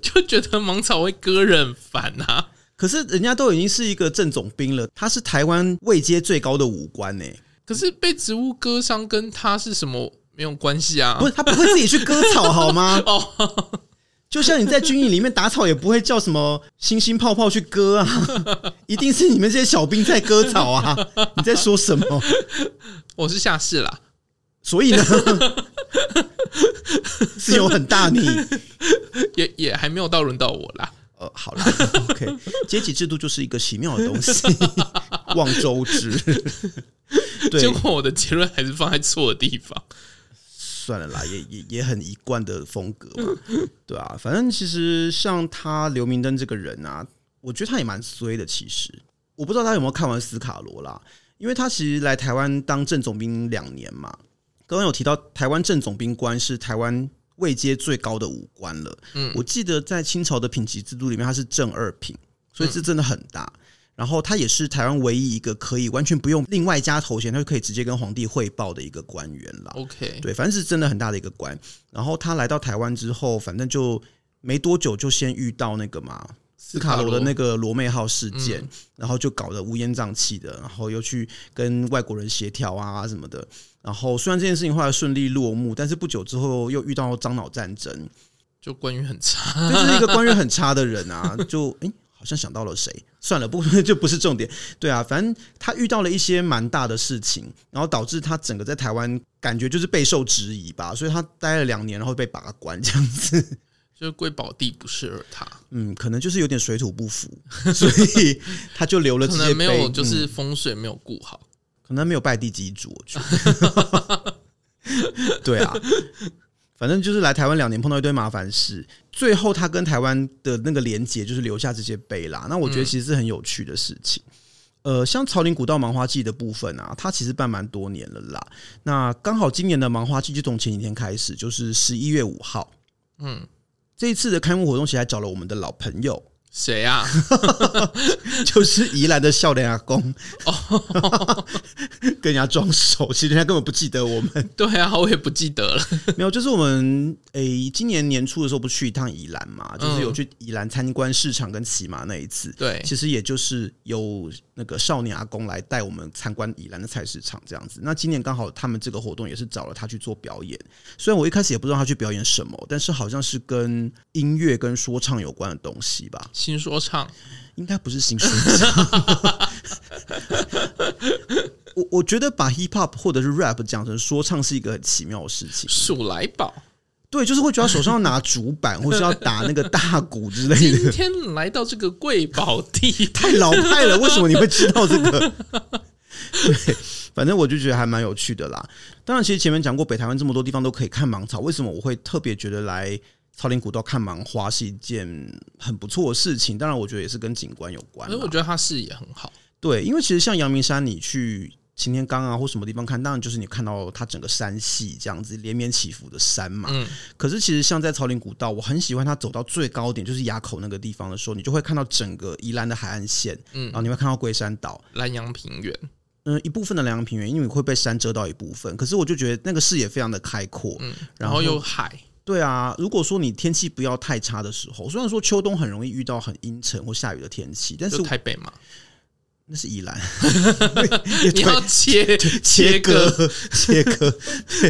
Speaker 3: 就觉得芒草会割人很烦啊。
Speaker 4: 可是人家都已经是一个正总兵了，他是台湾位阶最高的武官呢、
Speaker 3: 可是被植物割伤跟他是什么没有关系啊？
Speaker 4: 不是他不会自己去割草好 吗？
Speaker 3: 哦，
Speaker 4: 就像你在军营里面打草，也不会叫什么星星泡泡去割啊，一定是你们这些小兵在割草啊！你在说什么？
Speaker 3: 我是下士啦，
Speaker 4: 所以呢，是有很大你
Speaker 3: 也也还没有到轮到我啦。
Speaker 4: 呃，好啦 o k 阶级制度就是一个奇妙的东西，望周知。对
Speaker 3: 结，果我的结论还是放在错的地方。
Speaker 4: 算了啦，也也也很一贯的风格嘛，对啊，反正其实像他刘明灯这个人啊，我觉得他也蛮衰的。其实我不知道他有没有看完斯卡罗啦，因为他其实来台湾当正总兵两年嘛。刚刚有提到台湾正总兵官是台湾位阶最高的武官了，嗯，我记得在清朝的品级制度里面，他是正二品，所以这真的很大。然后他也是台湾唯一一个可以完全不用另外加头衔，他就可以直接跟皇帝汇报的一个官员啦。
Speaker 3: OK，
Speaker 4: 对，反正是真的很大的一个关。然后他来到台湾之后，反正就没多久就先遇到那个嘛斯卡罗的那个罗妹嗯号事件，然后就搞得乌烟瘴气的，然后又去跟外国人协调啊什么的。然后虽然这件事情后来顺利落幕，但是不久之后又遇到樟脑战争，
Speaker 3: 就关于很差，
Speaker 4: 就是一个官员很差的人啊，就诶，好像想到了谁，算了，不， 这不是重点。对啊，反正他遇到了一些蛮大的事情，然后导致他整个在台湾感觉就是备受质疑吧，所以他待了两年，然后被拔关这样子。
Speaker 3: 就是瑰宝地不适合他，
Speaker 4: 嗯，可能就是有点水土不服， 所以他就留了这
Speaker 3: 可
Speaker 4: 些
Speaker 3: 能没有
Speaker 4: 碑
Speaker 3: 就是
Speaker 4: 嗯
Speaker 3: 风水没有顾好。
Speaker 4: 可能没有拜地基主，我觉得。 对啊，反正就是来台湾两年碰到一堆麻烦事，最后他跟台湾的那个连结就是留下这些碑啦。那我觉得其实是很有趣的事情。呃，像朝林古道芒花季的部分啊，它其实办蛮多年了啦。那刚好今年的芒花季就从前几天开始，就是十一月五号。
Speaker 3: 嗯，
Speaker 4: 这一次的开幕活动，其实还找了我们的老朋友，
Speaker 3: 谁啊？
Speaker 4: 就是宜兰的笑脸阿公， 跟人家装熟，其实人家根本不记得我们。
Speaker 3: 对啊，我也不记得了。
Speaker 4: 没有，就是我们诶、今年年初的时候不是去一趟宜兰嘛，就是有去宜兰参观市场跟骑马那一次。
Speaker 3: 对，
Speaker 4: 其实也就是有那个少年阿公来带我们参观宜兰的菜市场这样子。那今年刚好他们这个活动也是找了他去做表演，虽然我一开始也不知道他去表演什么，但是好像是跟音乐跟说唱有关的东西吧，
Speaker 3: 新说唱
Speaker 4: 应该不是新说唱，我我觉得把 hip hop 或者是 rap 讲成说唱是一个很奇妙的事情，
Speaker 3: 数来宝，
Speaker 4: 对，就是会觉得他手上要拿竹板，或是要打那个大鼓之类
Speaker 3: 今
Speaker 4: 的，
Speaker 3: 天来到这个贵宝地，
Speaker 4: 太老派了，为什么你会知道这个？ 对，反正我就觉得还蛮有趣的啦。当然，其实前面讲过，北台湾这么多地方都可以看芒草，为什么我会特别觉得来草林古道看芒花是一件很不错的事情？当然，我觉得也是跟景观有关
Speaker 3: 所以
Speaker 4: 啦。
Speaker 3: 我觉得他视野很好。
Speaker 4: 对，因为其实像阳明山，你去擎天岗啊或什么地方看，当然就是你看到它整个山系这样子连绵起伏的山嘛。
Speaker 3: 嗯
Speaker 4: 可是其实像在草岭古道，我很喜欢它走到最高点，就是垭口那个地方的时候，你就会看到整个宜兰的海岸线，然后
Speaker 3: 嗯，
Speaker 4: 你会看到龟山岛，
Speaker 3: 南洋平原，
Speaker 4: 嗯、一部分的南洋平原，因为你会被山遮到一部分。可是我就觉得那个视野非常的开阔，
Speaker 3: 嗯，
Speaker 4: 然
Speaker 3: 然
Speaker 4: 后
Speaker 3: 后有海，
Speaker 4: 对啊，如果说你天气不要太差的时候，虽然说秋冬很容易遇到很阴沉或下雨的天气，但是
Speaker 3: 就台北 嘛，
Speaker 4: 那是宜兰，
Speaker 3: 你要切
Speaker 4: 切割
Speaker 3: 割
Speaker 4: 切割，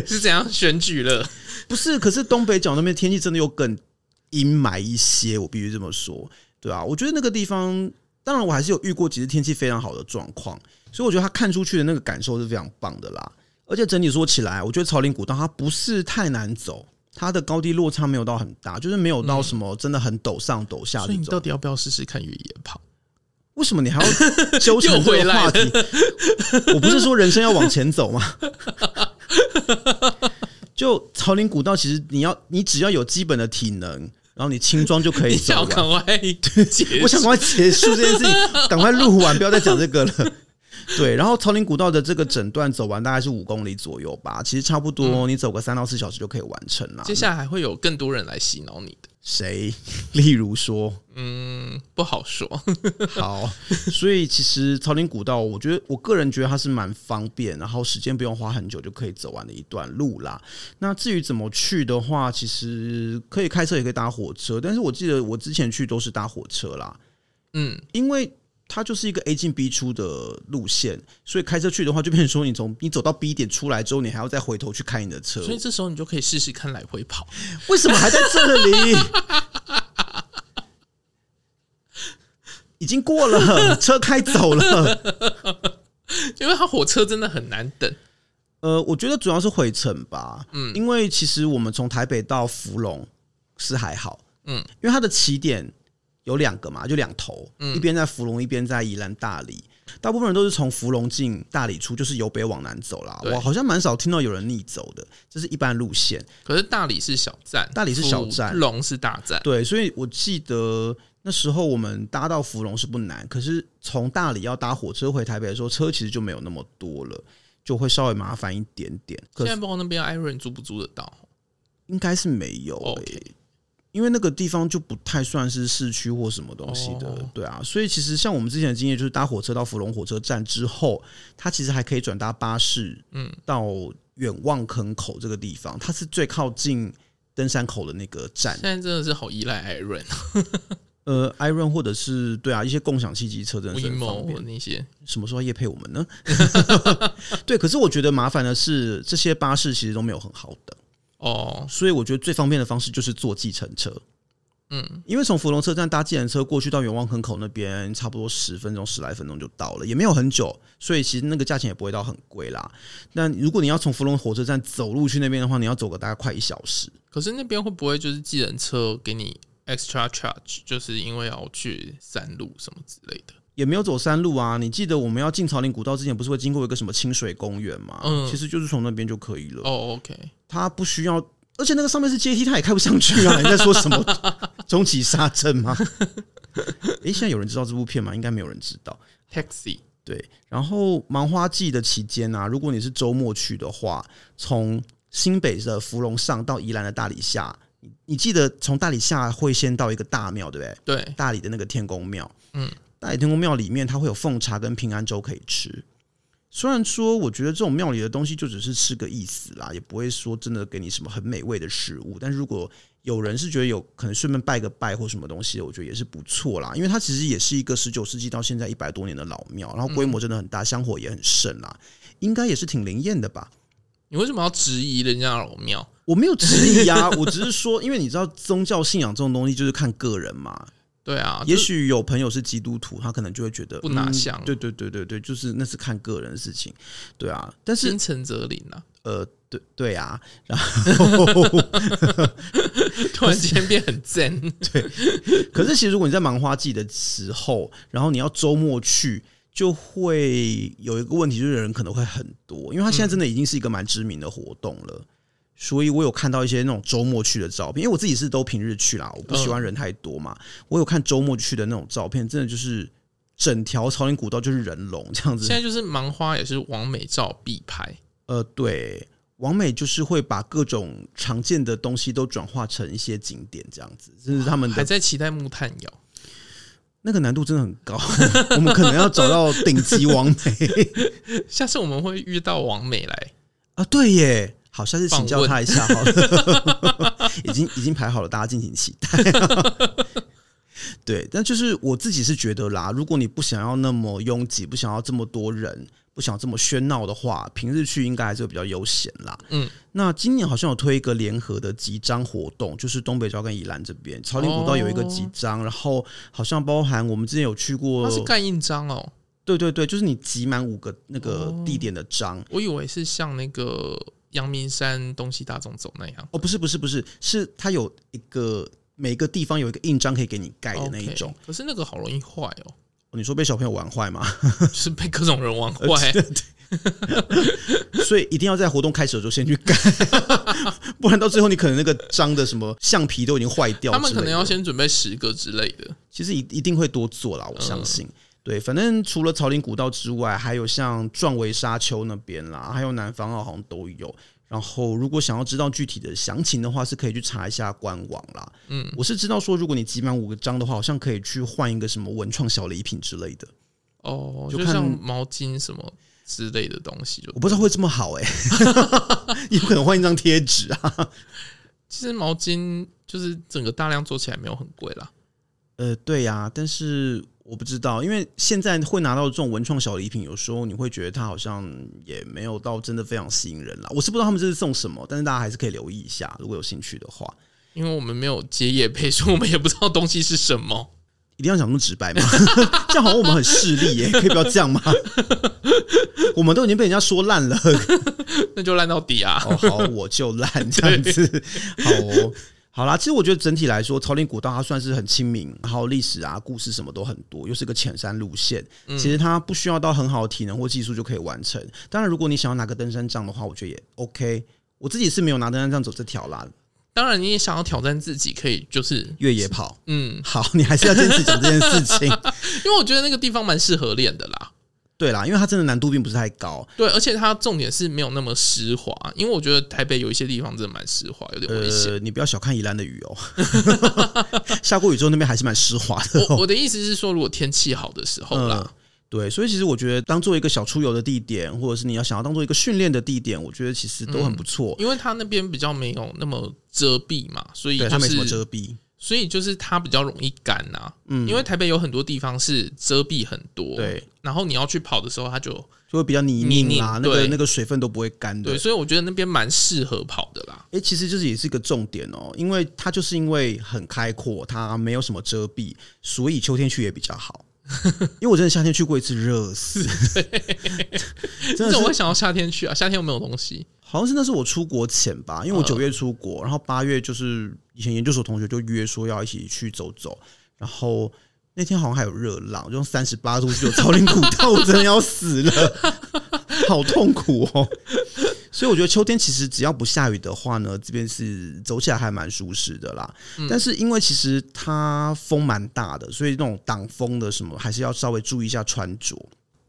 Speaker 3: 是怎样选举了？
Speaker 4: 不是，可是东北角那边天气真的又更阴霾一些，我必须这么说，对啊，我觉得那个地方，当然我还是有遇过几次天气非常好的状况，所以我觉得它看出去的那个感受是非常棒的啦。而且整体说起来，我觉得草林古道它不是太难走，它的高低落差没有到很大，就是没有到什么真的很陡上陡下
Speaker 3: 嗯所以
Speaker 4: 这
Speaker 3: 你到
Speaker 4: 种。
Speaker 3: 底要不要试试看越野跑？
Speaker 4: 为什么你还 要纠缠这
Speaker 3: 又回
Speaker 4: 个
Speaker 3: 来
Speaker 4: 话题？我不是说人生要往前走 吗？就草林古道，其实你要你只要有基本的体能，然后你轻装就可以
Speaker 3: 你
Speaker 4: 走
Speaker 3: 想
Speaker 4: 完
Speaker 3: 赶。 快结束
Speaker 4: 我想赶快结束这件事情，赶快录完，不要再讲这个了。 对，然后草林古道的这个整段走完大概是五公里左右吧，其实差不
Speaker 3: 嗯
Speaker 4: 多，你走个三到四小时就可以完成了。
Speaker 3: 接下来还会有更多人来洗脑你的，
Speaker 4: 谁？ 例如说，
Speaker 3: 嗯，不好说。
Speaker 4: 好， 所以其实草林古道，我觉得我个人觉得它是蛮方便，然后时间不用花很久就可以走完的一段路啦。那至于怎么去的话，其实可以开车，也可以搭火车，但是我记得我之前去都是搭火车啦，
Speaker 3: 嗯，
Speaker 4: 因为。它就是一个 A 进 B 出的路线，所以开车去的话，就变成说你从你走到 B 点出来之后，你还要再回头去开你的车。
Speaker 3: 所以这时候你就可以试试看来回跑。
Speaker 4: 为什么还在这里？ 已经过了，车开走了。
Speaker 3: 因为他火车真的很难等，
Speaker 4: 呃，我觉得主要是回程吧，嗯，因为其实我们从台北到福隆是还好，嗯
Speaker 3: 嗯，
Speaker 4: 因为它的起点有两个嘛，就两头，
Speaker 3: 嗯
Speaker 4: 一边在福隆，一边在宜兰大理。大部分人都是从福隆进大理出，就是由北往南走啦。
Speaker 3: 对
Speaker 4: 我好像蛮少听到有人逆走的，这是一般路线。
Speaker 3: 可是大理是小站，
Speaker 4: 大理是小站
Speaker 3: 芙蓉是大站，
Speaker 4: 对，所以我记得那时候我们搭到芙蓉是不难，可是从大理要搭火车回台北的时候，车其实就没有那么多了，就会稍微麻烦一点点。可
Speaker 3: 现在
Speaker 4: 是
Speaker 3: 不知道那边艾润租不租得到。
Speaker 4: 应该是没有、欸
Speaker 3: OK
Speaker 4: 因为那个地方就不太算是市区或什么东西的，
Speaker 3: 哦
Speaker 4: 对啊，所以其实像我们之前的经验，就是搭火车到芙蓉火车站之后，它其实还可以转搭巴士，嗯
Speaker 3: 嗯，
Speaker 4: 到远望坑口这个地方，它是最靠近登山口的那个站
Speaker 3: 现，在真的是好依赖艾 润、
Speaker 4: 呃，Iron 或者是对啊，一些共享汽机车真的是很方
Speaker 3: WeMo
Speaker 4: 便。
Speaker 3: 那些，
Speaker 4: 什么时候要业配我们呢？ 对，可是我觉得麻烦的是，这些巴士其实都没有很好等。
Speaker 3: 哦，
Speaker 4: 所以我觉得最方便的方式就是坐计程车。
Speaker 3: 嗯，
Speaker 4: 因为从芙蓉车站搭计程车过去到远望坑口那边，差不多十分钟、十来分钟就到了，也没有很久，所以其实那个价钱也不会到很贵啦。那如果你要从芙蓉火车站走路去那边的话，你要走个大概快一小时。
Speaker 3: 可是那边会不会就是计程车给你 extra charge，就是因为要去山路什么之类的？
Speaker 4: 也没有走山路啊，你记得我们要进草岭古道之前，不是会经过一个什么清水公园吗？
Speaker 3: 嗯
Speaker 4: 其实就是从那边就可以了，
Speaker 3: 哦，OK，
Speaker 4: 它不需要，而且那个上面是阶梯，它也开不上去啊！你在说什么？ 终极沙阵吗？诶、现在有人知道这部片吗？应该没有人知道。
Speaker 3: taxi，
Speaker 4: 对，然后芒花季的期间啊，如果你是周末去的话，从新北的芙蓉上到宜兰的大理下，你你记得从大理下会先到一个大庙，对不对？
Speaker 3: 对，
Speaker 4: 大理的那个天宫庙，嗯
Speaker 3: 嗯，
Speaker 4: 大理天宫庙里面它会有奉茶跟平安粥可以吃。虽然说，我觉得这种庙里的东西就只是吃个意思啦，也不会说真的给你什么很美味的食物。但如果有人是觉得有可能顺便拜个拜或什么东西的，我觉得也是不错啦，因为它其实也是一个十九世纪到现在一百多年的老庙，然后规模真的很大，香火也很盛啦，应该也是挺灵验的吧。
Speaker 3: 你为什么要质疑人家的老庙？
Speaker 4: 我没有质疑啊，我只是说，因为你知道宗教信仰这种东西就是看个人嘛，
Speaker 3: 对啊，
Speaker 4: 也
Speaker 3: 就是
Speaker 4: 许有朋友是基督徒，他可能就会觉得
Speaker 3: 不拿
Speaker 4: 嗯
Speaker 3: 香
Speaker 4: 对对对对对，就是那是看个人的事情，对啊。但是
Speaker 3: 心诚则灵啊，
Speaker 4: 呃，对对啊，然后
Speaker 3: 突然间变很 正，
Speaker 4: 可是其实如果你在忙花季的时候，然后你要周末去。就会有一个问题，就是人可能会很多，因为他现在真的已经是一个蛮知名的活动了，所以我有看到一些那种周末去的照片，因为我自己是都平日去啦，我不喜
Speaker 3: 嗯
Speaker 4: 欢人太多嘛，我有看周末去的那种照片，真的就是整条朝林古道就是人龙这样子，
Speaker 3: 现在就是盲花也是王美照必拍，
Speaker 4: 呃，对，王美就是会把各种常见的东西都转化成一些景点，这样子，这是他们
Speaker 3: 还
Speaker 4: 的
Speaker 3: 在期待木炭窑。
Speaker 4: 那个难度真的很高， 我们可能要找到顶级王美
Speaker 3: 下次我们会遇到王美来，
Speaker 4: 啊！对耶，好，下次请
Speaker 3: 访
Speaker 4: 教
Speaker 3: 问
Speaker 4: 他一下好 了，已经已经排好了，大家敬请期待、对，但就是我自己是觉得啦，如果你不想要那么拥挤，不想要这么多人，不想这么喧闹的话，平日去应该还是会比较悠闲啦。
Speaker 3: 嗯，
Speaker 4: 那今年好像有推一个联合的集章活动，就是东北角跟宜兰这边，朝林古
Speaker 3: 哦
Speaker 4: 道有一个集章，然后好像包含我们之前有去过
Speaker 3: 他，是盖印章哦，
Speaker 4: 对对对，就是你集满五个那个地点的章。哦
Speaker 3: 我以为是像那个阳明山东西大众走那样。
Speaker 4: 哦不是不是不是，是它有一个每个地方有一个印章可以给你盖的那一种。
Speaker 3: OK，可是那个好容易坏哦，
Speaker 4: 哦你说被小朋友玩坏吗？
Speaker 3: 就是被各种人玩
Speaker 4: 呃
Speaker 3: 坏。
Speaker 4: 所以一定要在活动开始的时候先去盖， 不然到最后你可能那个章的什么橡皮都已经坏掉之类的。
Speaker 3: 他们可能要先准备十个之类的。
Speaker 4: 其实一一定会多做啦，我相信。对，反正除了草林古道之外，还有像壮围沙丘那边啦，还有南方澳好像都有。然后，如果想要知道具体的详情的话，是可以去查一下官网啦。嗯，我是知道说，如果你集满五个章的话，好像可以去换一个什么文创小礼品之类的。
Speaker 3: 哦，
Speaker 4: 就
Speaker 3: 就
Speaker 4: 看
Speaker 3: 像毛巾什么之类的东西就
Speaker 4: 我。不知道会这么好 哎、有可能换一张贴纸啊。
Speaker 3: 其实毛巾就是整个大量做起来没有很贵啦。
Speaker 4: 呃，对呀、但是我不知道，因为现在会拿到这种文创小礼品，有时候你会觉得它好像也没有到真的非常吸引人啦。我是不知道他们这是送什么，但是大家还是可以留意一下，如果有兴趣的话，
Speaker 3: 因为我们没有接业配，所以我们也不知道东西是什么。
Speaker 4: 一定要讲那么直白吗？ 这样好像我们很势利耶，可以不要这样吗？ 我们都已经被人家说烂了，
Speaker 3: 那就烂到底啊！
Speaker 4: 哦，好，我就烂 这样子，好哦。好啦，其实我觉得整体来说，朝林古道它算是很亲民，然后历史啊、故事什么都很多，又是个浅山路线。
Speaker 3: 嗯
Speaker 4: 其实它不需要到很好的体能或技术就可以完成。当然，如果你想要拿个登山杖的话，我觉得也 OK。我自己是没有拿登山杖走这条啦，
Speaker 3: 当然，你也想要挑战自己，可以就是
Speaker 4: 越野跑。
Speaker 3: 嗯，
Speaker 4: 好，你还是要坚持讲这件事情。
Speaker 3: 因为我觉得那个地方蛮适合练的啦。
Speaker 4: 对啦，因为它真的难度并不是太高，
Speaker 3: 对，而且它重点是没有那么湿滑，因为我觉得台北有一些地方真的蛮湿滑，有点危险。
Speaker 4: 呃，你不要小看宜兰的雨哦， 下过雨之后那边还是蛮湿滑的、哦嗯
Speaker 3: 我我的意思是说，如果天气好的时候啦，
Speaker 4: 对，所以其实我觉得当做一个小出游的地点，或者是你要想要当做一个训练的地点，我觉得其实都
Speaker 3: 嗯
Speaker 4: 很不错。
Speaker 3: 因为它那边比较没有那么遮蔽嘛，所以
Speaker 4: 对，
Speaker 3: 就
Speaker 4: 它没什么
Speaker 3: 是
Speaker 4: 遮蔽。
Speaker 3: 所以就是它比较容易干呐、嗯，因为台北有很多地方是遮蔽很多，
Speaker 4: 对，
Speaker 3: 然后你要去跑的时候，它就
Speaker 4: 就会比较泥泞啦，
Speaker 3: 泥泞
Speaker 4: 那个
Speaker 3: 对
Speaker 4: 那个水分都不会干的
Speaker 3: 对，。所以我觉得那边蛮适合跑的啦。
Speaker 4: 诶，其实就是也是一个重点哦，因为它就是因为很开阔，它没有什么遮蔽，所以秋天去也比较好。 因为我真的夏天去过一次，热死，
Speaker 3: 你
Speaker 4: 真
Speaker 3: 怎么
Speaker 4: 的是
Speaker 3: 会想到夏天去啊？夏天又没有东西，
Speaker 4: 好像是那是我出国前吧，因为我九月出国，然后八月就是以前研究所同学就约说要一起去走走，然后那天好像还有热浪，就用三十八度去走超林古道，我真的要死了， 好痛苦哦。所以我觉得秋天其实只要不下雨的话呢，这边是走起来还蛮舒适的啦。
Speaker 3: 嗯
Speaker 4: 但是因为其实它风蛮大的，所以那种挡风的什么还是要稍微注意一下穿着。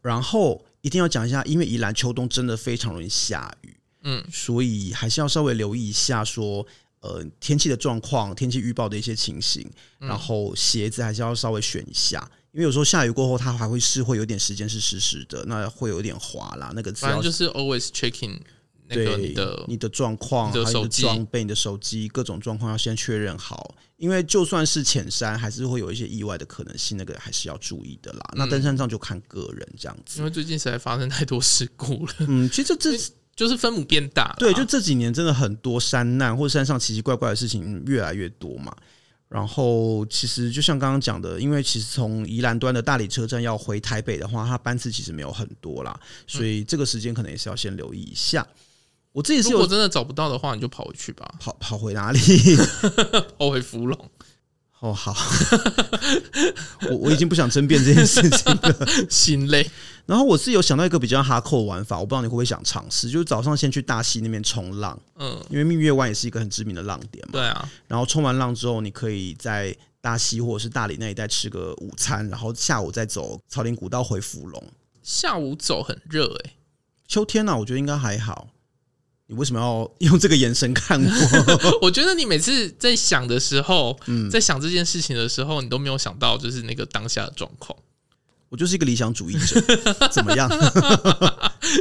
Speaker 4: 然后一定要讲一下，因为宜兰秋冬真的非常容易下雨，
Speaker 3: 嗯，
Speaker 4: 所以还是要稍微留意一下说。呃，天气的状况、天气预报的一些情形，
Speaker 3: 嗯
Speaker 4: 然后鞋子还是要稍微选一下，因为有时候下雨过后，它还会是会有点时间是湿湿的，那会有点滑啦。那个是
Speaker 3: 反
Speaker 4: 要
Speaker 3: 正就是 always checking 那
Speaker 4: 对
Speaker 3: 个你的
Speaker 4: 你的状况，
Speaker 3: 你的
Speaker 4: 还有
Speaker 3: 手
Speaker 4: 你的
Speaker 3: 机
Speaker 4: 装备、你的手机各种状况要先确认好，因为就算是浅山，还是会有一些意外的可能性，那个还是要注意的啦。
Speaker 3: 嗯
Speaker 4: 那登山杖就看个人这样子
Speaker 3: 因。为最近实在发生太多事故了，
Speaker 4: 嗯，其实这
Speaker 3: 就是分母变大了啊。
Speaker 4: 对，就这几年真的很多山难或山上奇奇怪怪的事情越来越多嘛。然后其实就像刚刚讲的，因为其实从宜兰端的大理车站要回台北的话，它班次其实没有很多
Speaker 3: 嗯
Speaker 4: 啦，所以这个时间可能也是要先留意一下。我自己是
Speaker 3: 如果
Speaker 4: 有
Speaker 3: 真的找不到的话，你就跑回去吧，
Speaker 4: 跑跑回哪里？
Speaker 3: 跑回芙蓉。
Speaker 4: 哦，好， 我我已经不想争辩这件事情了。
Speaker 3: 心累，
Speaker 4: 然后我是有想到一个比较哈扣的玩法，我不知道你会不会想尝试，就是早上先去大溪那边冲浪，
Speaker 3: 嗯，
Speaker 4: 因为蜜月湾也是一个很知名的浪点嘛。
Speaker 3: 对啊，
Speaker 4: 然后冲完浪之后，你可以在大溪或者是大理那一带吃个午餐，然后下午再走草林古道回芙蓉。
Speaker 3: 下午走很热哎、
Speaker 4: 秋天呢、啊，我觉得应该还好。你为什么要用这个眼神看 我？
Speaker 3: 我觉得你每次在想的时候，
Speaker 4: 嗯
Speaker 3: 在想这件事情的时候，你都没有想到就是那个当下的状况。
Speaker 4: 我就是一个理想主义者，怎么样？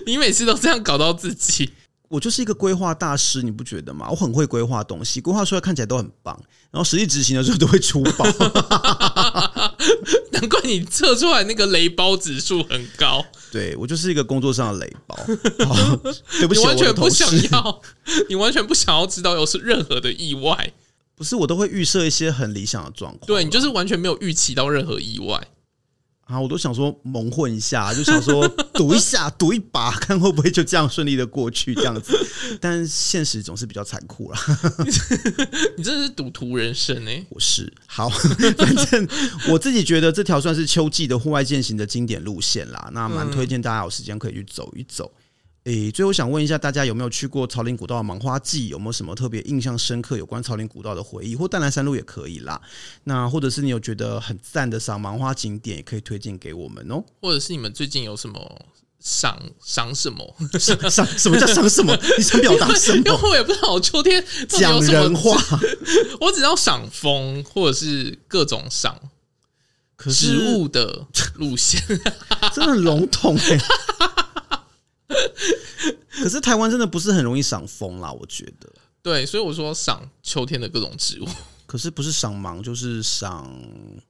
Speaker 3: 你每次都这样搞到自己，
Speaker 4: 我就是一个规划大师，你不觉得吗？我很会规划东西，规划出来看起来都很棒，然后实际执行的时候都会出 包。
Speaker 3: 难怪你测出来那个雷包指数很高，
Speaker 4: 对我就是一个工作上的雷 包，好对不
Speaker 3: 你
Speaker 4: 起，
Speaker 3: 完
Speaker 4: 我的
Speaker 3: 全
Speaker 4: 同
Speaker 3: 不想
Speaker 4: 事。
Speaker 3: 要， 你完全不想要知道有是任何的意外，
Speaker 4: 不是，我都会预设一些很理想的状况。
Speaker 3: 对你就是完全没有预期到任何意外。
Speaker 4: 啊，我都想说蒙混一下，就想说赌 一下，赌一把，看会不会就这样顺利的过去这样子。但现实总是比较残酷啦。
Speaker 3: 你真的是赌徒人生哎、
Speaker 4: 我是好， 反正我自己觉得这条算是秋季的户外践行的经典路线啦，那
Speaker 3: 嗯
Speaker 4: 蛮推荐大家有时间可以去走一走。诶、最后想问一下大家有没有去过草林古道的芒花季？有没有什么特别印象深刻有关草林古道的回忆，或淡蓝山路也可以啦。那或者是你有觉得很赞的赏芒花景点，也可以推荐给我们 哦、
Speaker 3: 或者是你们最近有什么赏赏什么？
Speaker 4: 赏赏什么叫赏什么？你想表达什
Speaker 3: 因为
Speaker 4: 么？
Speaker 3: 我也不知道我秋天到底
Speaker 4: 讲
Speaker 3: 有什
Speaker 4: 人
Speaker 3: 么
Speaker 4: 话。
Speaker 3: 我只要赏枫，或者是各种赏
Speaker 4: 可
Speaker 3: 植物的路线。
Speaker 4: 真的很笼统哎、 可是台湾真的不是很容易赏枫啦，我觉得。
Speaker 3: 对，所以我说赏秋天的各种植物。
Speaker 4: 可是不是赏芒就是赏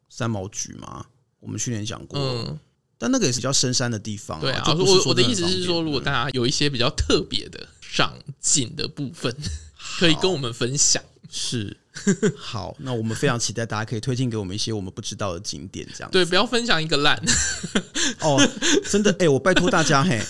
Speaker 4: 三毛菊吗？我们去年讲过，
Speaker 3: 嗯，
Speaker 4: 但那个也是比较深山的地方、
Speaker 3: 对啊。
Speaker 4: 就
Speaker 3: 我
Speaker 4: 不是
Speaker 3: 我我
Speaker 4: 说
Speaker 3: 的
Speaker 4: 真
Speaker 3: 意思
Speaker 4: 很
Speaker 3: 是
Speaker 4: 方
Speaker 3: 说，
Speaker 4: 便
Speaker 3: 如果大家有一些比较特别的赏景的部分， 可以跟我们分享。
Speaker 4: 是 好，那我们非常期待大家可以推荐给我们一些我们不知道的景点，这样
Speaker 3: 对，不要分享一个烂。
Speaker 4: 哦，真的哎、我拜托大家嘿，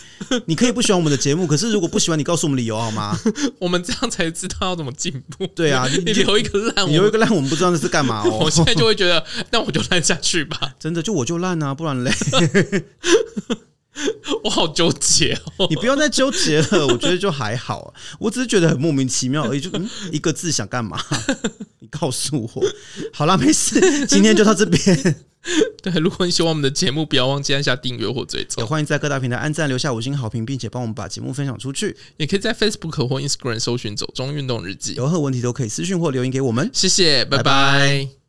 Speaker 4: 你可以不喜欢我们的节目，可是如果不喜欢，你告诉我们理由好吗？
Speaker 3: 我们这样才知道要怎么进步。
Speaker 4: 对啊你
Speaker 3: 你留一个烂，
Speaker 4: 你留一个烂，我们不知道那是干嘛
Speaker 3: 我，
Speaker 4: 哦
Speaker 3: 我。现在就会觉得，那我就烂下去吧。
Speaker 4: 真的，就我就烂啊，不然嘞，
Speaker 3: 我好纠结哦。
Speaker 4: 你不要再纠结了。我觉得就还好、啊， 我只是觉得很莫名其妙而已，就、嗯、一个字想干嘛？ 你告诉我。好啦，没事，今天就到这边。
Speaker 3: 对，如果你喜欢我们的节目，不要忘记按下订阅或追
Speaker 4: 也
Speaker 3: 踪。
Speaker 4: 欢迎在各大平台按赞、留下五星好评，并且帮我们把节目分享出去。
Speaker 3: 也可以在 Facebook 或 Instagram 搜寻“走中运动日记
Speaker 4: 有任何问题都可以私讯或留言给我们”。。
Speaker 3: 谢谢，拜
Speaker 4: 拜
Speaker 3: 拜